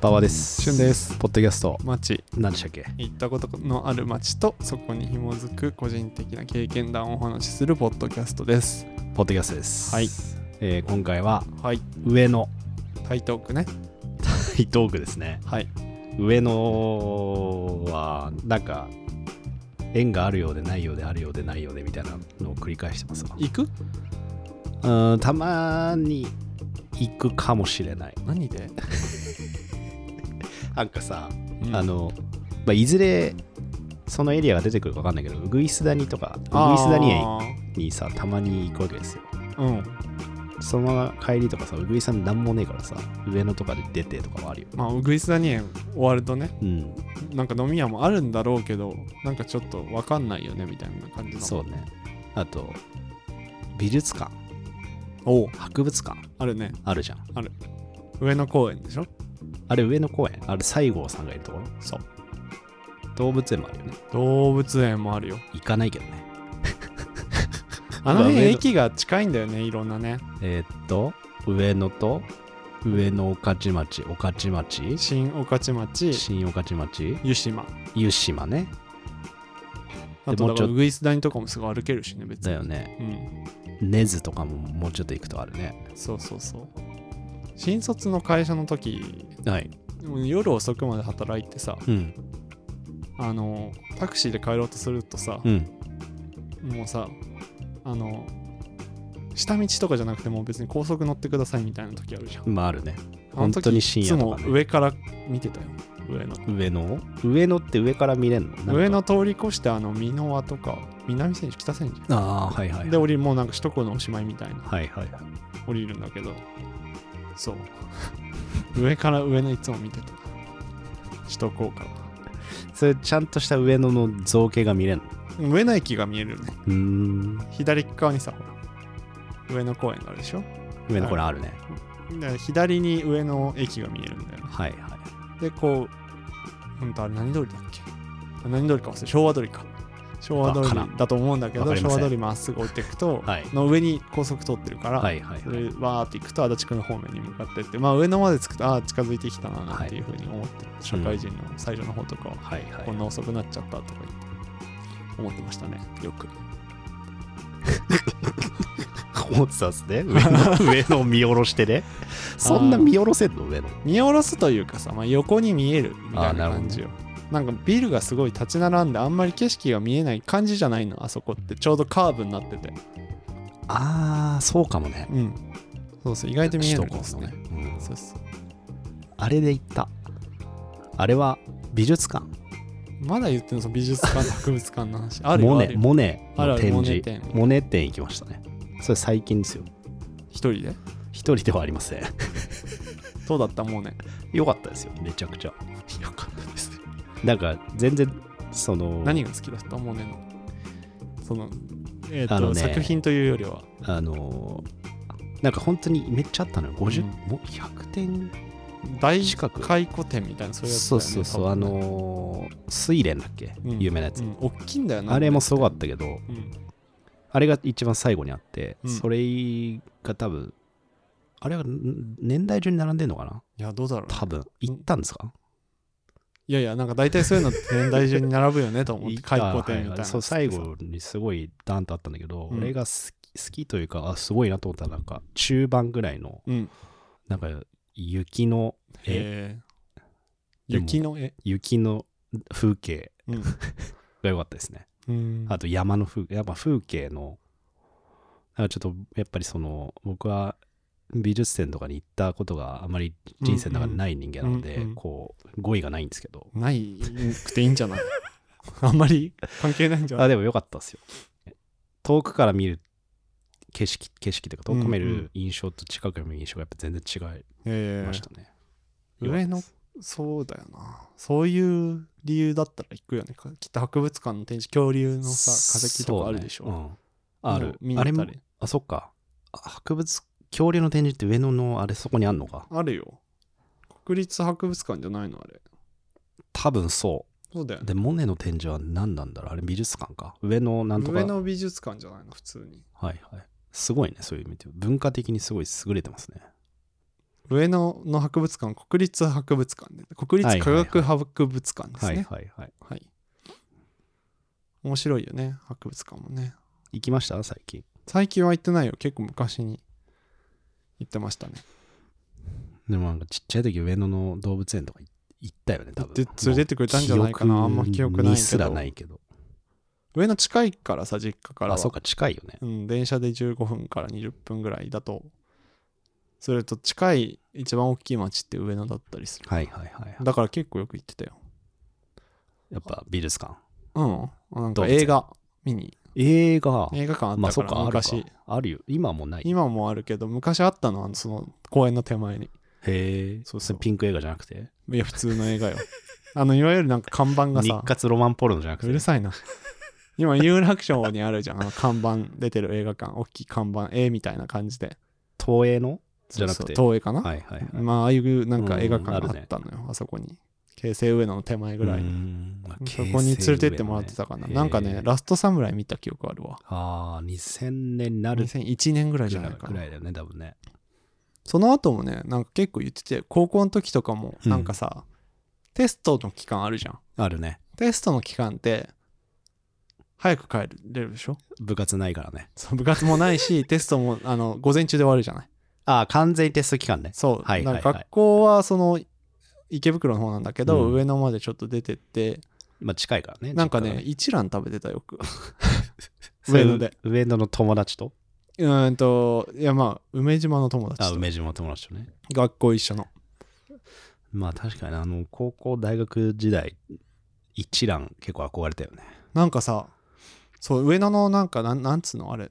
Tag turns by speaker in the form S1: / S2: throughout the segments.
S1: 馬場です。
S2: 俊です。
S1: ポッドキャスト、
S2: 街
S1: 何でしたっけ
S2: 行ったことのある街とそこに紐づく個人的な経験談をお話しするポッドキャストです
S1: ポッドキャストです。
S2: はい。
S1: えー今回は、
S2: はい
S1: 上野、
S2: 台東区ね
S1: 台東区ですね。
S2: はい
S1: 上野は、なんか、縁があるようでないようであるようでないようでみたいなのを繰り返してますわ
S2: 行く
S1: うん、たまに行くかもしれない。
S2: 何で、
S1: なんかさ、
S2: うん
S1: あの、まあ、いずれ、そのエリアが出てくるか分かんないけど、ウグイス谷とか、ウグイス谷へ
S2: あ
S1: にさ、たまに行くわけですよ。
S2: ーうん
S1: その帰りとかさ、うぐいさんなんもねえからさ、上野とかで出てとかはあるよ。
S2: まあウグイス谷園終わるとね
S1: うん、
S2: なんか飲み屋もあるんだろうけどなんかちょっとわかんないよねみたいな感じの
S1: そうね。あと、美術館、
S2: おう
S1: 博物館
S2: あるね
S1: あるじゃん。
S2: 上野公園でしょ
S1: あれ上野公園、あれ西郷さんがいるところ
S2: そう
S1: 動物園もあるよね。
S2: 動物園もあるよ
S1: 行かないけどね。
S2: あ
S1: ま
S2: の
S1: あ上
S2: 辺
S1: 野
S2: 駅が近いんだよねいろんなね
S1: えーっと、上野と、上野御徒町、御徒町、
S2: 新御徒町
S1: 新御徒町、
S2: 湯島
S1: 湯島ね。
S2: あ
S1: で
S2: と
S1: も
S2: だ
S1: う
S2: か
S1: ちょ
S2: らウグイス谷とかもすぐ歩けるしね別
S1: だ
S2: に、
S1: よね。
S2: うん、
S1: 根津とかももうちょっと行くとあるね。
S2: そうそうそう新卒の会社の時
S1: はい。
S2: 夜遅くまで働いてさ
S1: うん。
S2: あのタクシーで帰ろうとするとさ
S1: う、ん。
S2: もうさあの下道とかじゃなくてもう別に高速乗ってくださいみたいな時あるじゃん
S1: まああるね。
S2: あ
S1: 本
S2: の時
S1: 当に深夜とかね
S2: いつも上から見てたよ上の
S1: 上野上野って上から見れんのなんか
S2: 上の通り越してあの美濃輪とか南千住北千住
S1: ああはいはい
S2: で
S1: はい
S2: 降りるもうなんか首都高のおしまいみたいな
S1: はいはい
S2: 降りるんだけどそう 上から上のいつも見てた首都高から
S1: それちゃんとした上野の造形が見れんの
S2: 上野駅が見えるよね
S1: うーん
S2: 左側にさほら上野公園があるでしょ
S1: 上野これあるね
S2: で左に上野駅が見えるんだよね
S1: はいはい
S2: でこうほんとあれ何通りだっけあ何通りか忘れた昭和通りか昭和通
S1: あかな
S2: りだと思うんだけ
S1: わか
S2: ど
S1: り
S2: 昭
S1: ません
S2: 和通りまっすぐ降りていくと、
S1: はい
S2: の上に高速通ってるから、
S1: はいはい
S2: そ
S1: はい
S2: れわーって行くと足立区の方面に向かってって、まあ、上野まで着くとああ近づいてきたななんていうふうに思って、社会人の最初の方とかは、
S1: はいは
S2: こん
S1: い
S2: な遅くなっちゃったとか言って思ってましたねよく
S1: 思ってたっすね上 野上野を見下ろしてねそんな見下ろせんの上野
S2: 見下ろすというかさ、まあ、横に見えるみたいな感じよなんかビルがすごい立ち並んであんまり景色が見えない感じじゃないのあそこってちょうどカーブになってて
S1: ああそうかもね
S2: うんそうそう意外と見えるん
S1: 首都
S2: です
S1: 高の
S2: ね
S1: ねうん
S2: そうそう
S1: あれで行ったあれは美術館
S2: まだ言ってんのその美術館と博物館の話あるよ
S1: モ
S2: あ
S1: ネ
S2: るよ
S1: モネ
S2: ある
S1: の
S2: ある
S1: 展
S2: モネ
S1: 示
S2: 展
S1: モネ展行きましたねそれ最近ですよ
S2: 一人で
S1: 一人ではありません
S2: どうだったもうね
S1: よかったですよめちゃくちゃ
S2: よかったです
S1: なんか全然その
S2: 何が好きだったモネのその、えー
S1: あ
S2: と
S1: のね
S2: 作品というよりは
S1: あのーなんか本当にめっちゃあったのよ50、
S2: うん
S1: もう100点
S2: 大
S1: 近く
S2: 回顧展みたいなそういうやつだ
S1: そうそ
S2: よね
S1: うそう、
S2: 多
S1: あ
S2: 分ね
S1: のー睡蓮だっけ、
S2: うん
S1: 有名なやつ、
S2: うん大きいんだよな
S1: あれもすごか
S2: た、
S1: ったけど
S2: うん
S1: あれが一番最後にあって、
S2: うん
S1: それが多分あれはん年代順に並んでんのかない
S2: やどうだろう
S1: 多分行ったんですか、
S2: いやいやなんか大体そういうのって年代順に並ぶよねと思って
S1: 行った
S2: 回顧展みたいな
S1: ははそう最後にすごいダンとあったんだけど、
S2: うん
S1: 俺が好き好きというかあすごいなと思ったらなんか中盤ぐらいの
S2: うん
S1: なんか雪の絵
S2: えー
S1: でも
S2: 雪の絵
S1: 雪の風景
S2: う ん
S1: が良かったですね。
S2: うん
S1: あと山の風景、やっぱ風景の、なんかちょっとやっぱりその、僕は美術展とかに行ったことがあまり人生の中でない人間なので、
S2: うんうんうんうん
S1: こう、語彙がないんですけど、
S2: ないくていいんじゃない あんまり関係ないんじゃな
S1: あ
S2: い
S1: でも良かったですよ。遠くから見る景色、景色というか、遠くから見
S2: うんう
S1: る
S2: ん
S1: 印象と近くから見る印象がやっぱ全然違い
S2: え
S1: ま
S2: ー
S1: したね。
S2: 上のそうだよなそういう理由だったら行くよねかきっと博物館の展示恐竜のさ化石とかあるでしょ、
S1: そうねうんある
S2: 見。に
S1: あ
S2: 行
S1: れ
S2: っ
S1: も
S2: たり、
S1: あ、そっか。博物、恐竜の展示って上野のあれそこにあんのか
S2: あるよ国立博物館じゃないのあれ
S1: 多分そう。
S2: そうだよね
S1: で、モネの展示は何なんだろうあれ美術館か上のなんとか。
S2: 上野美術館じゃないの普通に
S1: はいはい。すごいね、そういう意味では。文化的にすごい優れてますね。
S2: 上野の博物館国立博物館で国立科学博物館ですね
S1: は
S2: はいい
S1: はいはい。
S2: 面白いよね博物館もね
S1: 行きました最近。
S2: 最近は行ってないよ結構昔に行ってましたね
S1: でもなんかちっちゃい時上野の動物園とかい行ったよね、多分。
S2: で連れてってくれたんじゃないかな
S1: もう
S2: あんま記憶ないけど
S1: にすらないけど。
S2: 上野近いからさ実家からは
S1: あ、そうか、近いよね。
S2: うん、電車で15分から20分ぐらいだとそれと近い一番大きい町って上野だったりする
S1: はいはいはいはい。
S2: だから結構よく行ってたよ
S1: やっぱ美術館。
S2: うんなん
S1: 動
S2: か
S1: 物園
S2: 映画見に
S1: 映画。
S2: 映画館あっ
S1: まあ
S2: た
S1: そ
S2: か
S1: っ
S2: ら、
S1: か、あるか
S2: 昔。
S1: あるよ。今はもうない。
S2: 今もあるけど昔あったのあのその公園の手前に
S1: へえ。
S2: そうそう
S1: れピンク映画じゃなくて
S2: いや普通の映画よあのいわゆるなんか看板が
S1: 日
S2: さ
S1: 活ロマンポルノじゃなく
S2: うる
S1: て。
S2: さいな今有楽町にあるじゃんあの看板出てる映画館大きい看板絵みたいな感じで
S1: 東映のじゃなく
S2: そうそ
S1: て。
S2: う東映かな、
S1: はいはいはい。
S2: まあ、ああいうなんか映画館
S1: うんある
S2: があ
S1: ね
S2: ったのよ、あそこに。京成上野の手前ぐらいに。
S1: うんまあ
S2: そこに連れてってもらってたかな。なんか
S1: へ
S2: ね
S1: ー、
S2: ラストサムライ見た記憶あるわ。
S1: ああ、2000年になるぐ
S2: 2001年ぐらいじゃ
S1: ら
S2: ないいかな。
S1: だよね、多分ね。
S2: その後もね、なんか結構言ってて、高校の時とかも、
S1: うん
S2: なんかさ、テストの期間あるじゃん。
S1: あるね。
S2: テストの期間って、早く帰れるでしょ
S1: 部活ないからね。
S2: そう部活もな いし、テストも、あの、午前中で終わるじゃない。
S1: ああ、完全にテスト期間ね。
S2: そう。
S1: はいはいはい
S2: だから学校は、その、池袋の方なんだけど、
S1: うん
S2: 上野までちょっと出てって、
S1: まあ近いからね。
S2: なんか
S1: 実家
S2: ね、
S1: が、
S2: 一蘭食べてたよく。
S1: そう
S2: 上野で。
S1: 上野の友達と、
S2: うーんと、いやまあ、梅島の友
S1: あ
S2: 達と
S1: 梅島の友達とね。
S2: 学校一緒の。
S1: まあ確かに、あの、高校、大学時代、一蘭結構憧れたよね。
S2: なんかさ、そう、上野のなんか、なんなんつうの、あれ、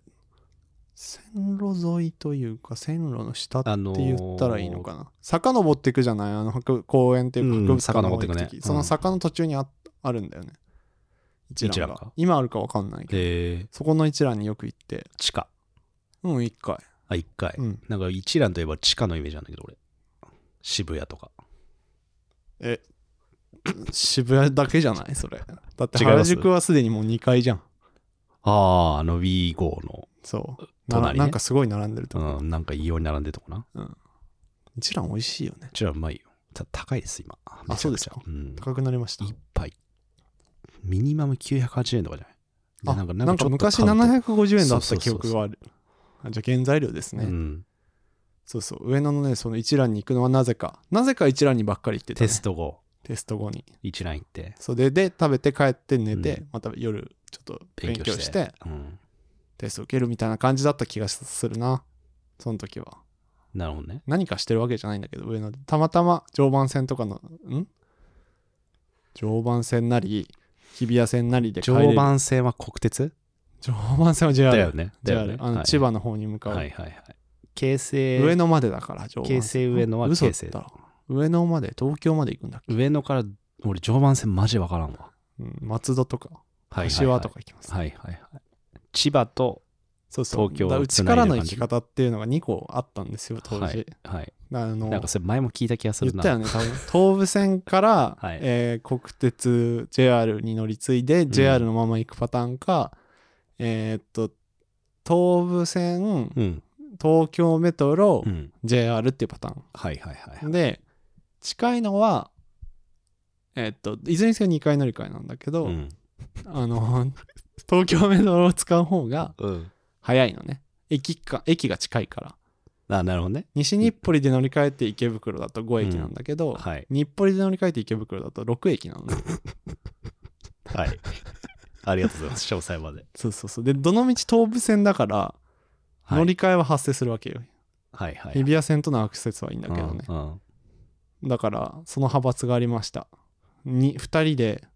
S2: 線路沿いというか、線路の下って
S1: あのー
S2: 言ったらいいのかな。遡っていくじゃない、あの博公園っていうか、博
S1: うん
S2: 物館の方行く
S1: 遡って
S2: 時
S1: いくね
S2: その坂の途中にああるんだよね。一
S1: 一
S2: 覧
S1: 蘭
S2: が
S1: か。
S2: 今あるかわかんないけど、
S1: へえ
S2: そこの一覧によく行って、
S1: 地下。
S2: うん、一回。
S1: あ、一回。
S2: うん。
S1: なんか一蘭といえば地下のイメージなんだけど、俺。渋谷とか。
S2: え渋谷だけじゃないそれだって
S1: 違います
S2: 原宿はすでにもう2階じゃん
S1: ああ、あの WeGo の、
S2: そうな,、
S1: 隣ね
S2: なんかすごい並んでるとこ、
S1: うん、なんか異様に並んでるとこな。
S2: 一蘭美味しいよね
S1: 一蘭うまいよ。た高いです、今。めちゃくちゃ
S2: そうですか
S1: うん。
S2: 高くなりました
S1: 一杯ミニマム980円とかじゃな
S2: あ
S1: い
S2: な
S1: で
S2: んか昔
S1: 円
S2: 750円だっ
S1: そ
S2: た
S1: う
S2: 記
S1: そうそう
S2: 憶
S1: そ
S2: があるあじゃあ原材料ですね、
S1: うん、
S2: そうそう上野のねその一蘭に行くのはなぜかなぜか一蘭にばっかり行ってた、ね、
S1: テスト後
S2: テスト後に
S1: 一覧行って
S2: それで食べて帰って寝て、また夜ちょっと勉
S1: 勉
S2: 強
S1: 強して
S2: して
S1: うん、テ
S2: テスト受けるみたいな感じだった気がするなその時は
S1: なるほどね
S2: 何かしてるわけじゃないんだけど上野でたまたま常磐線とかのん常磐線なり日比谷線なりで帰れる
S1: 常磐線は国鉄
S2: 常磐線は JR
S1: だよねだよ
S2: JR、
S1: ね
S2: あの
S1: はい
S2: 千葉の方に向かう、
S1: はいはいはい京成
S2: 上野までだから常磐
S1: 京成上野は
S2: 嘘
S1: 京成
S2: だった上野まで東京まで行くんだっけ、
S1: 上野から俺常磐線マジわからんわ
S2: うん、松戸とか
S1: はいはいはい
S2: 柏とか行きます、
S1: はいはいはい千葉と
S2: そうそう
S1: 東京を
S2: だからうちからの行き方っていうのが2個あったんですよ当時、
S1: はいはい
S2: だからあの
S1: なんかそれ前も聞いた気がす
S2: 言
S1: る
S2: っ
S1: な
S2: たよね多分東武線から、
S1: はい
S2: えー国鉄 JR に乗り継いで JR のまま行くパターンか、えーっと東武線
S1: うん
S2: 東京メトロ、
S1: うん
S2: JR っていうパター
S1: はいはいはい
S2: ンで近いのはえーっといずれにせよ2回乗り換えなんだけど、
S1: うん
S2: あの 東京メトロを使う方が
S1: うん
S2: 早いのね駅か駅が近いから
S1: あなるほどね
S2: 西日暮里で乗り換えて池袋だと5駅なんだけど、
S1: はい
S2: 日暮里で乗り換えて池袋だと6駅なのね
S1: はい ありがとうございます詳細まで
S2: そうそうそうでどのみち東武線だから
S1: はい
S2: 乗り換えは発生するわけよ、
S1: はいはいはい。
S2: 日比谷線とのアクセスはいいんだけどね、
S1: うんうん
S2: だからその派閥がありましたに2人で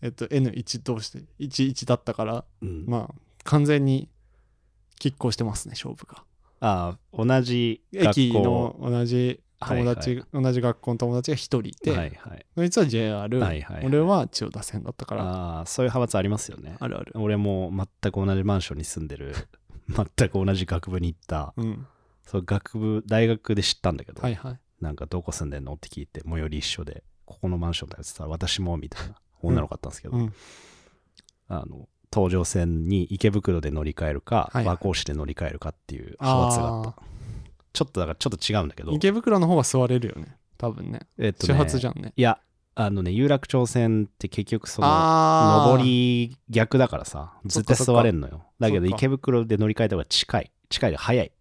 S2: えっと N1 どうして11だったから
S1: うん
S2: まあ完全に拮抗してますね勝負が
S1: ああ同じ学校
S2: 駅の同じ友達、
S1: はい
S2: 同じ学校の友達が1人いて、
S1: はいはい。
S2: そいつは JR、
S1: はいはい
S2: 俺は千代田線だったから
S1: ああ、そういう派閥ありますよね。
S2: あるある
S1: 俺も全く同じマンションに住んでる、 全く同じ学部に行った、
S2: うん
S1: そう学部、大学で知ったんだけど、
S2: はいはい
S1: なんかどこ住んでんのって聞いて、最寄り一緒で、ここのマンションだよって言ったら、私もみたいな女の子だったんですけど、
S2: うん
S1: あの、東上線に池袋で乗り換えるか、
S2: はいはい
S1: 和光市で乗り換えるかっていう派閥があった。ちょっとだからちょっと違うんだけど、
S2: 池袋の方は座れるよね多分ね
S1: えっとね、
S2: 始発じゃんね
S1: いやあのね有楽町線って結局その
S2: ああ
S1: 上り逆だからさ
S2: そ
S1: 絶
S2: っか
S1: 対
S2: そっ
S1: 座
S2: か
S1: れんのよだけど
S2: そっか
S1: 池袋で乗り換えた方が近い近いで早い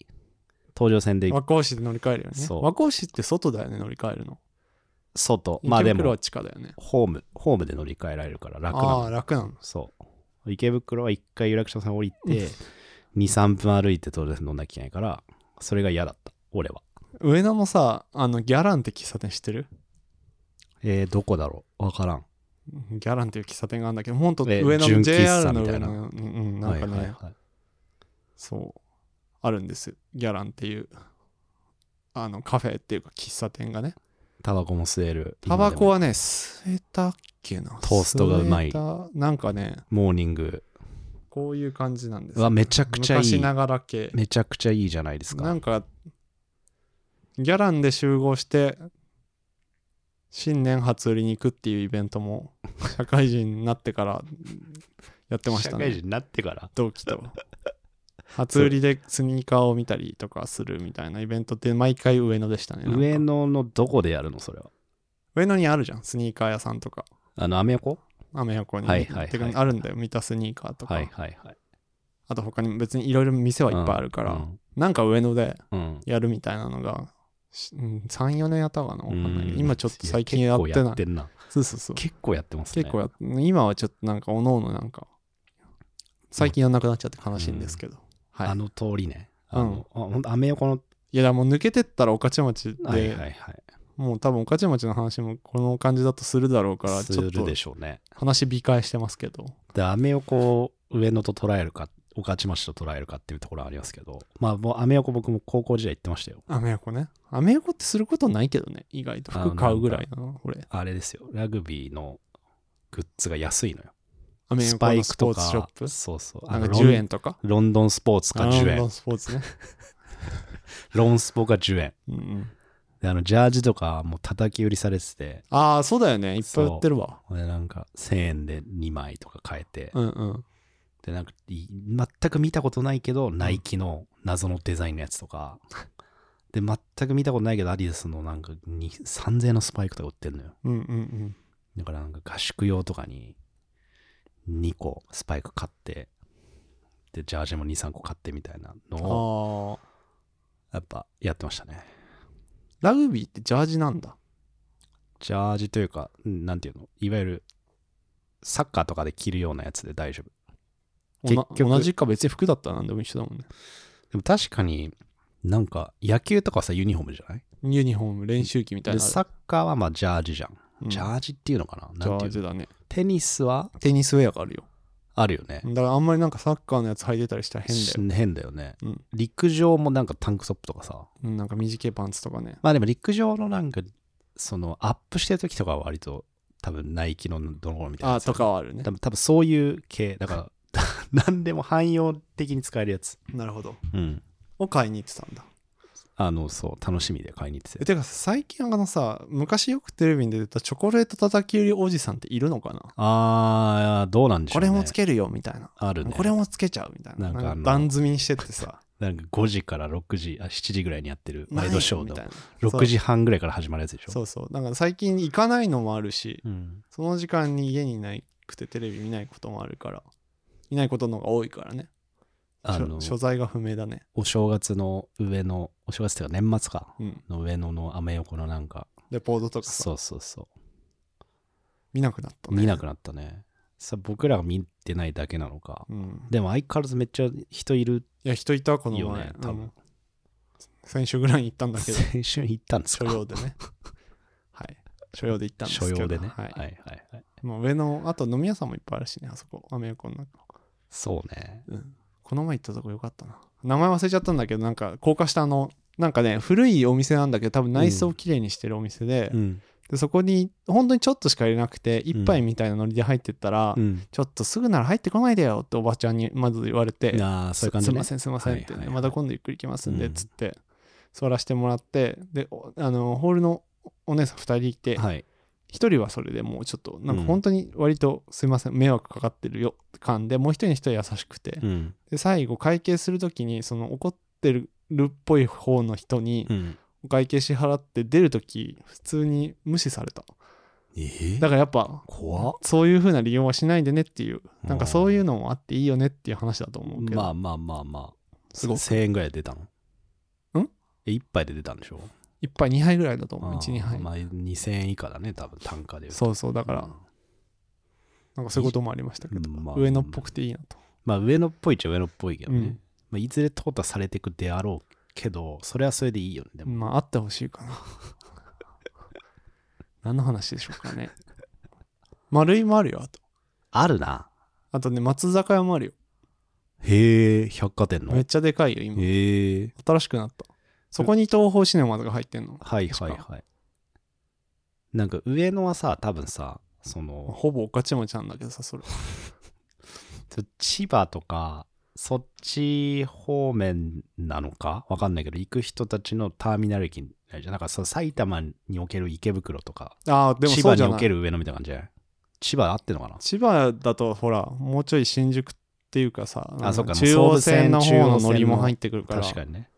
S1: 東上線で
S2: 和光市で乗り換えるよね
S1: そう
S2: 和光市って外だよね乗り換えるの
S1: 外まあ
S2: 池
S1: で
S2: 袋
S1: も
S2: は地下だよね、
S1: ホームホームで乗り換えられるから楽な
S2: あ
S1: の
S2: あー楽なの
S1: そう池袋は一回有楽町線降り
S2: う
S1: て23分歩いて東上線乗んなきゃいけないからそれが嫌だった俺は
S2: 上野もさあのギャランって喫茶店知ってる
S1: えー、どこだろうわからん
S2: ギャランっていう喫茶店があるんだけどほんと
S1: え
S2: 上野
S1: 純喫
S2: の JR
S1: 茶
S2: の
S1: みた
S2: 上
S1: いな
S2: のうんうんなん
S1: は
S2: かね、
S1: いはいはい
S2: そうあるんですギャランっていうあのカフェっていうか喫茶店がね
S1: タバコも吸える
S2: タバコ
S1: は
S2: はね吸えたっけな
S1: トーストがうまい
S2: 吸えたなんかね
S1: モーニング
S2: こういう感じなんです
S1: はめちゃくちゃい
S2: 昔
S1: い
S2: ながら系
S1: めちゃくちゃいいじゃないです
S2: な
S1: か
S2: んかギャランで集合して新年初売りに行くっていうイベン トも社会人になってからやってまし
S1: 社
S2: た
S1: 会
S2: ね
S1: 人になってから
S2: 同期と初売りでスニーカーを見たりとかするみたいなイベントって毎回上野でしたねなんか
S1: 上野のどこでやるのそれは
S2: 上野にあるじゃんスニーカー屋さんとか
S1: あのアメ横
S2: アメ横に、
S1: はいはいはい
S2: てかあるんだよ見たスニーカーとか、
S1: はいはいはい
S2: あと他にも別にいろいろ店はいっぱいあるから、
S1: うん
S2: なんか上野で
S1: うん
S2: やるみたいなのが、しうん、34年やったかなわかんないけ
S1: う
S2: ど
S1: ん
S2: 今ちょっと最近やっ
S1: い
S2: て
S1: 結構
S2: な
S1: や
S2: い
S1: ってんな
S2: そうそうそう
S1: 結構やってますね
S2: 結構やっ今はちょっとなんかおのおのなんか最近やんなくなっちゃって悲しいんですけど、はい
S1: あの通りねあの、あほんとアメ横の
S2: いやだからもう抜けてったら御徒町で、
S1: はいはいはい
S2: もう多分御徒町の話もこの感じだとするだろうから
S1: す
S2: ちょっ
S1: る
S2: と
S1: でしょうね
S2: 話美化してますけど
S1: でアメ横を上野と捉えるか御徒町と捉えるかっていうところはありますけどまあもうアメ横僕も高校時代行ってましたよ
S2: アメ横ねアメ横ってすることないけどね意外と
S1: あなん
S2: 服
S1: か
S2: 買うぐらいなの俺
S1: あれですよラグビーのグッズが安いのよ
S2: アメ
S1: ス
S2: 横
S1: パ
S2: の
S1: イ
S2: ス
S1: ク
S2: ポ
S1: と
S2: ーツショッ
S1: か
S2: プ
S1: そうそう
S2: なんか
S1: ロン
S2: 10円とか
S1: ロンドンスポーツか10
S2: ロンド
S1: 円
S2: ンスポーツね、
S1: ロンスポが10円
S2: うんうん
S1: であのジャージとかもう叩き売りされてて
S2: ああそうだよねいっぱい売ってるわ
S1: 俺なんか1000円で2枚とか買えて、
S2: うんうん
S1: でなんかい全く見たことないけどナイキの謎のデザインのやつとか で全く見たことないけどアディダスのなんかに3000円のスパイクとか売ってるのよ
S2: うんうんうん
S1: だからなんか合宿用とかに2個スパイク買ってでジャージも23個買ってみたいなのを
S2: ああ
S1: やっぱやってましたね
S2: ラグビーってジャージなんだ
S1: ジャージというかうんなんていうのいわゆるサッカーとかで着るようなやつで大丈夫
S2: おな
S1: 結局
S2: 同じか別に服だったら何でも一緒だもんね
S1: でも確かになんか野球とかはさユニフォームじゃない
S2: ユニフォーム練習着みたい
S1: で
S2: な
S1: サッカーはまあジャージじゃん、
S2: うん
S1: ジャージっていうのかななんて
S2: ジャー
S1: いうの
S2: ジだね
S1: テニスは
S2: テニスウェアがあるよ
S1: あるよね
S2: だからあんまりなんかサッカーのやつ履いてたりしたら変だよ、
S1: 変だよね、
S2: うん
S1: 陸上もなんかタンクトップとかさ
S2: うん、なんか短いパンツとかね
S1: まあでも陸上のなんかそのアップしてる時とかは割と多分ナイキのどの頃みたいな
S2: あ
S1: や
S2: あ
S1: つ
S2: とかはあるね
S1: 多分多分そういう系だから 何でも汎用的に使えるやつ
S2: なるほど
S1: うん
S2: を買いに行ってたんだ
S1: あのそう楽しみで買いに行って
S2: え
S1: て
S2: てかさ最近あのさ昔よくテレビに出てたチョコレート叩き売りおじさんっているのかな
S1: あーどうなんでしょ
S2: こ
S1: うね
S2: れもつけるよみたいな
S1: あるね
S2: これもつけちゃうみたいな
S1: なんか
S2: なん
S1: あ
S2: か
S1: の
S2: 段積みにしてってさ
S1: なんか5時から6時あ7時ぐらいにやってるワイドショー
S2: ないよみた
S1: の
S2: いな
S1: 6時半ぐらいから始まるやつでしょ
S2: そうそうそうなんか最近行かないのもあるし
S1: うん、
S2: その時間に家にいなくてテレビ見ないこともあるからいないことの方が多いからね
S1: あの
S2: 所所在が不明だね
S1: お正月の上のお正月っていうか年末か
S2: うん
S1: の上野のアメ横のなんか
S2: レポートとかさ
S1: そうそうそ
S2: 見なくなった
S1: う
S2: ね
S1: 見なくなったねさ僕らが見てないだけなのか
S2: うん
S1: でも相変わらずめっちゃ人いる
S2: いや人いたこの
S1: いいよ
S2: 前
S1: ね多分
S2: うん先週ぐらいに行ったんだ けど
S1: 先週行ったんです
S2: 所
S1: か
S2: 要でねはい所要で行ったんですけ
S1: 所
S2: ど
S1: 要でね、
S2: は
S1: はい
S2: い、
S1: はいはい
S2: もう上のあと飲み屋さんもいっぱいあるしねあそこアメ横の中
S1: そうね
S2: うんこの前行ったとこよかったな名前忘れちゃったんだけどなんか高架下のなんかね古いお店なんだけど多分内装をきれいにしてるお店で,、
S1: ん、
S2: でそこに本当にちょっとしか入れなくて一杯みたいなノリで入ってったら、
S1: うん、
S2: ちょっとすぐなら入ってこないでよっておばちゃんにまず言われて
S1: ああそういう感じ
S2: すい
S1: ね
S2: ませんすいませんって、
S1: はいはいはい
S2: また今度ゆっくり来ますんで
S1: う
S2: っ
S1: ん
S2: つって、座らせてもらってでおあのホールのお姉さん2人いて、
S1: はい
S2: 一人はそれでもうちょっとなんか本当に割とすいません迷惑かかってるよ感でもう一人の人は優しくて、
S1: うん
S2: で最後会計するときにその怒ってるるっぽい方の人に
S1: うん。
S2: お会計支払って出るとき普通に無視された
S1: えー
S2: だからやっぱ
S1: 怖っ
S2: そういう風な利用はしないでねっていうなんかそういうのもあっていいよねっていう話だと思うけど、
S1: まあまあまあまあ。
S2: すごく
S1: 1000円ぐらいで出たの
S2: ん
S1: え、1杯で出たんでしょ
S2: 1杯2杯ぐらいだと思う
S1: あー
S2: 12杯、
S1: まあ、2000円以下だね、多分単価で言うと。
S2: そうそうだからなんかそういうこともありましたけど、
S1: うんまあ
S2: 上野っぽくていいなと
S1: まあ、上野っぽいっちゃ上野っぽいけどね。
S2: うん
S1: まあ、いずれ淘汰されてくであろうけど、それはそれでいいよね。でも、
S2: まああってほしいかな 何の話でしょうかね丸井もあるよあと
S1: あるな。
S2: あとね松坂屋もあるよ
S1: へえ、百貨店の。
S2: めっちゃでかいよ今
S1: へえ。
S2: 新しくなったそこに東宝シネマズが入ってんの
S1: はいはいはい。なんか上野はさ、多分さ、その、
S2: ほぼおかちもちなんだけどさそれ
S1: 千葉とか、そっち方面なのかわかんないけど、行く人たちのターミナル駅になるじゃん。なんかさ、埼玉における池袋とか、
S2: ああでも
S1: 千
S2: そ
S1: 葉
S2: うじ
S1: に
S2: ゃ
S1: お
S2: ない
S1: ける上野みたいな感じじゃない千葉あってんのかな
S2: 千葉だとほらもうちょい新宿っていうかさ
S1: あそっか
S2: 中央線の方の乗りも入ってくるから
S1: 確かにね。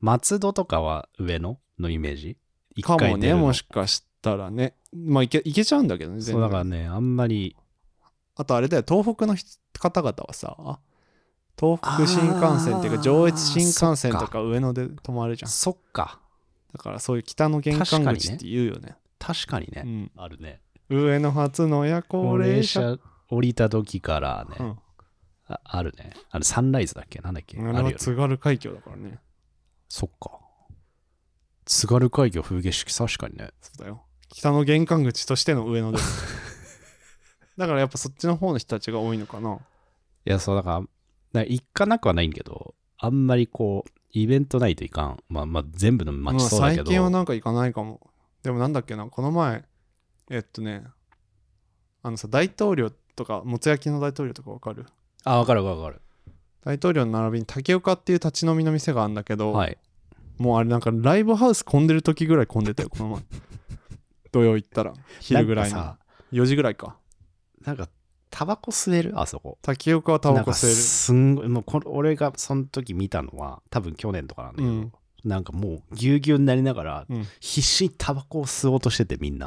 S1: 松戸とかは上野のイメージ一
S2: かも
S1: 回出
S2: ね
S1: るの
S2: もしかしたらねまあいけいけちゃうんだけどね全
S1: そうだ
S2: 然
S1: からね、あんまり
S2: あとあれだよ東北の人方々はさ東北新幹線っていう
S1: あー
S2: か上越新幹線
S1: そ
S2: と
S1: っか
S2: か上野で止まるじゃん
S1: そっか。
S2: だからそういう北の玄関口って言うよね
S1: 確かにね。
S2: うん
S1: あるね。
S2: 上野初の親高
S1: 高
S2: 齢
S1: 齢
S2: 者、
S1: 者降りた時からね、
S2: うん、
S1: ああるね。あれサンライズだっけなんだっけあ
S2: あ
S1: る
S2: れ
S1: よ、
S2: は
S1: ね。
S2: 津軽海峡だからね
S1: そっか。津軽海峡風景式確かにね。
S2: そうだよ北の玄関口としての上野です だからやっぱそっちの方の人たちが多いのかない
S1: や、そうだから、なんか行かなくはないんけど、あんまりこう、イベントないといかん。まあまあ全部の街そうだけ
S2: 最
S1: ど。
S2: 近はなんか行かないかもでもなんだっけなこの前えっとねあのさ大統領とかもつ焼きの大統領とかわかる
S1: あ、わかるわかる。
S2: 大統領の並びに竹岡っていう立ち飲みの店があるんだけど、
S1: はい。
S2: もうあれなんかライブハウス混んでる時ぐらい混んでたよこの 前土曜行ったら昼ぐらい
S1: なんか
S2: の
S1: さ
S2: 4時ぐらいか
S1: なんか、タバコ吸えるあそこ。
S2: 竹岡はタバコ
S1: なんか
S2: 吸
S1: すんごい、もうこれ俺がその時見たのは、多分去年とかなんだ
S2: え
S1: け
S2: る
S1: ど、
S2: うん
S1: なんかもうぎゅうぎゅうになりながら、
S2: うんい
S1: 必死にタバコを吸おうとしててみんな。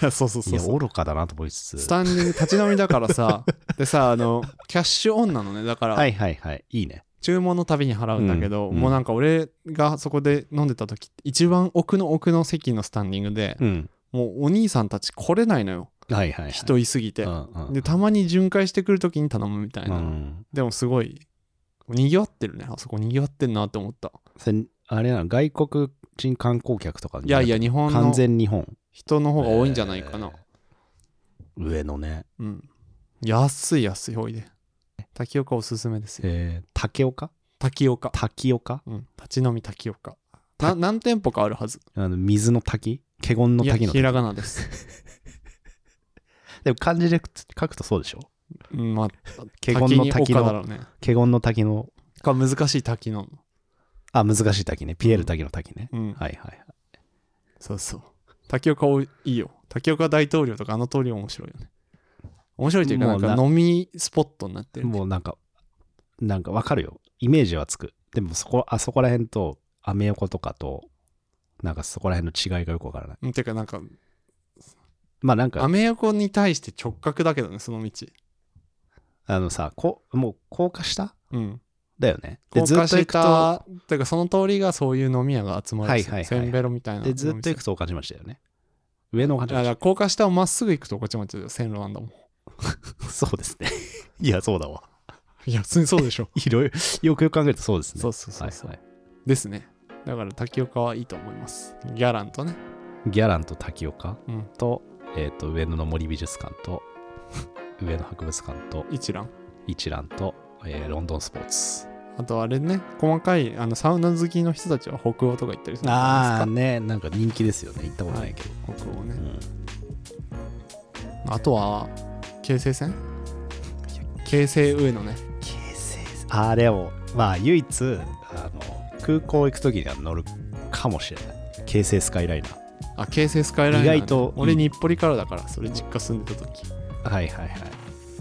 S2: やそうそうそうそう
S1: いや、愚かだなと思いつ
S2: ス
S1: つ。
S2: タンディング立ち飲みだから さでさあのキャッシュオンなのねだから、
S1: はいはいはい。いいね。
S2: 注文のたびに払うんだけど、
S1: うん
S2: もうなんか俺がそこで飲んでた時一番奥の奥の席のスタンディングで、
S1: うん。
S2: もうお兄さんたち来れないのよ
S1: はいはい、はい。
S2: 人いすぎて、
S1: うんうん、
S2: でたまに巡回してくる時に頼むみたいな、
S1: うん。
S2: でもすごいにぎわってるねあそこにぎわってんなって思った
S1: それあれなの、外国人観光客とか
S2: いやいや
S1: 日
S2: 日本
S1: 完
S2: の
S1: 全日本。
S2: 人の方が多いんじゃないかな、
S1: えー上のね。
S2: うん安い安いおいで滝岡おすすめですよ
S1: えー、竹岡
S2: 滝岡
S1: 滝岡
S2: うん、立ち飲み滝岡な何店舗かあるはず
S1: あの水の滝華厳の
S2: いや
S1: 滝の
S2: ひらが なです、
S1: でも漢字で書くとそうでしょ
S2: うん、まあ
S1: 華厳の
S2: に
S1: 滝
S2: 岡だ
S1: の、
S2: ろうね
S1: 華厳の滝の、
S2: か難しい滝の
S1: あ、難しい滝ね。ピエール滝の滝ね。
S2: う
S1: は
S2: ん、
S1: いはいはい。
S2: そうそう滝岡おいいよ滝岡大統領とかあの通り面白いよね面白いというかな
S1: も
S2: ん
S1: う
S2: か
S1: な
S2: 飲みスポットになってる
S1: もうなんか、なんかわかるよ。イメージはつく。でもそこ、あそこら辺と、アメ横とかと、なんかそこら辺の違いがよくわからない。
S2: うんてかなんか
S1: まあなん
S2: ア
S1: か、
S2: メ横に対して直角だけどねその道
S1: あのさ、こもう高架下
S2: うん
S1: だよね。で、
S2: 高
S1: ずっ
S2: 架
S1: と行く
S2: 下
S1: と、
S2: てかその通りがそういう飲み屋が集まるんですよ
S1: はいはいはい
S2: せんべろみたいな
S1: で、ずっと行くとお感じましたよね。上のお感じ
S2: だか
S1: まし
S2: ら高架下をまっすぐ行くとこっちまちだよ線路なんだもん
S1: た。そうですね。 いや、そうだわ。
S2: いや普通にそうでしょ
S1: いろいろ、よくよく考えるとそうですね。
S2: そうそうそうそう、
S1: はいは
S2: ですねだから滝岡はいいと思いますギャランとね
S1: いギャランと滝岡
S2: うん
S1: と、えっ、と、上野の森美術館と、 上野博物館と、
S2: 一覧
S1: 一覧と、えーロンドンスポーツ。
S2: あとあれね細かいあのサウナ好きの人たちは北欧とか行ったりするじ
S1: ああ
S2: ゃない
S1: ねなんか人気ですよね行ったことないけど、
S2: ですか北欧ね、
S1: うん
S2: あとは京成線京成上野ね
S1: 京成あれをまあ唯一あの空港行く時には乗るかもしれない京成スカイライナー
S2: あ京成スカイライナー、ね、
S1: 意外と
S2: 俺
S1: いい
S2: 日暮里からだからそれ実家住んでた時
S1: はいはいはい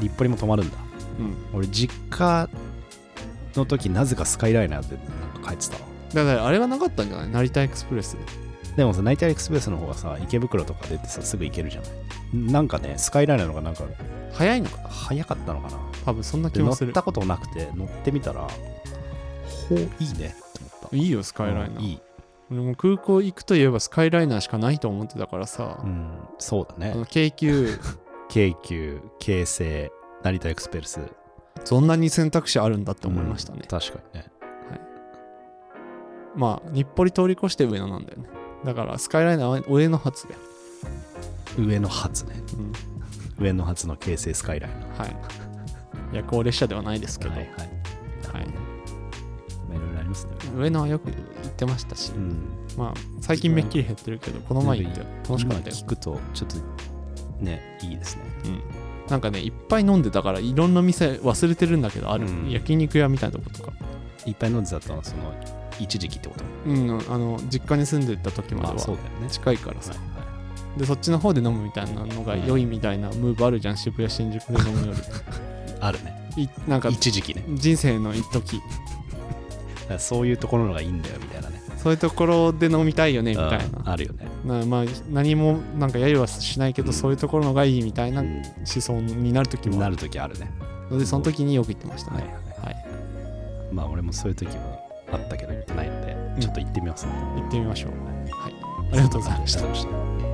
S1: 日暮里も泊まるんだ
S2: うん
S1: 俺実家の時なぜかスカイライナーでなんか帰ってたわ
S2: だからあれはなかったんじゃない成田エクスプレス
S1: でもさ、ナイターエクスプレスの方がさ、池袋とか出てさ、すぐ行けるじゃない。なんかね、スカイライナーの方がなんか
S2: 早いのか
S1: 早かったのかな。
S2: 多分そんな
S1: で
S2: 気
S1: 乗
S2: も
S1: っ
S2: する
S1: たことなくて、乗ってみたら、ほう、いいねって思った。
S2: いいよスカイライナー、
S1: うんいい。
S2: 俺も空港行くといえばスカイライナーしかないと思ってたからさ、
S1: うん、そうだ
S2: あ
S1: ね。
S2: の京急
S1: 京急、京成、成田エクスプレス。
S2: そんなに選択肢あるんだって思いましたね
S1: うん、確かにね。
S2: まあ日暮里通り越して上野なんだよねだからスカイライナーは上野発だよ、
S1: 上野発ね。
S2: うん
S1: 上野発の京成スカイライナー。
S2: はい夜行列車ではないですけど、
S1: は
S2: はいい
S1: はい。まあいろいろありますね。
S2: 上野はよく行ってましたし、
S1: うん。
S2: まあ最近めっきり減ってるけどこの前行って楽しかったよ
S1: 今、聞くと、ちょっと、ね、いいですね。
S2: うん、なんかねいっぱい飲んでたからいろんな店忘れてるんだけどある、
S1: うん
S2: 焼肉屋みたいなとことか
S1: いっぱい飲んでたのは、その、一時期ってこと
S2: うんあの実家に住んでた時ま
S1: まあ
S2: で
S1: そう
S2: は
S1: だよね。
S2: 近いからさ、
S1: はいはい
S2: でそっちの方で飲むみたいなのが良いみたいなムーブあるじゃん渋谷新宿で 飲むよ
S1: あるね。
S2: りいなんか
S1: 一時期ね。
S2: 人生の一時
S1: だからそういうところのがいいんだよみたいなね。
S2: そういうところで飲みたいよねみたい
S1: うん
S2: な
S1: あるよね。
S2: なまあ何もなんか揶揄はしないけど、
S1: うん
S2: そういうところのがいいみたいな思
S1: ん、
S2: 想になる時もあ
S1: な
S2: る
S1: るときあるね。
S2: のでその時によく行ってました
S1: はい
S2: ね、
S1: は
S2: はい
S1: い。まあ俺もそういう時はあったけど行ってないので、
S2: ん
S1: ちょっと行ってみますね。
S2: 行ってみましょう、はい、ありがとうございました
S1: ありがとうございました。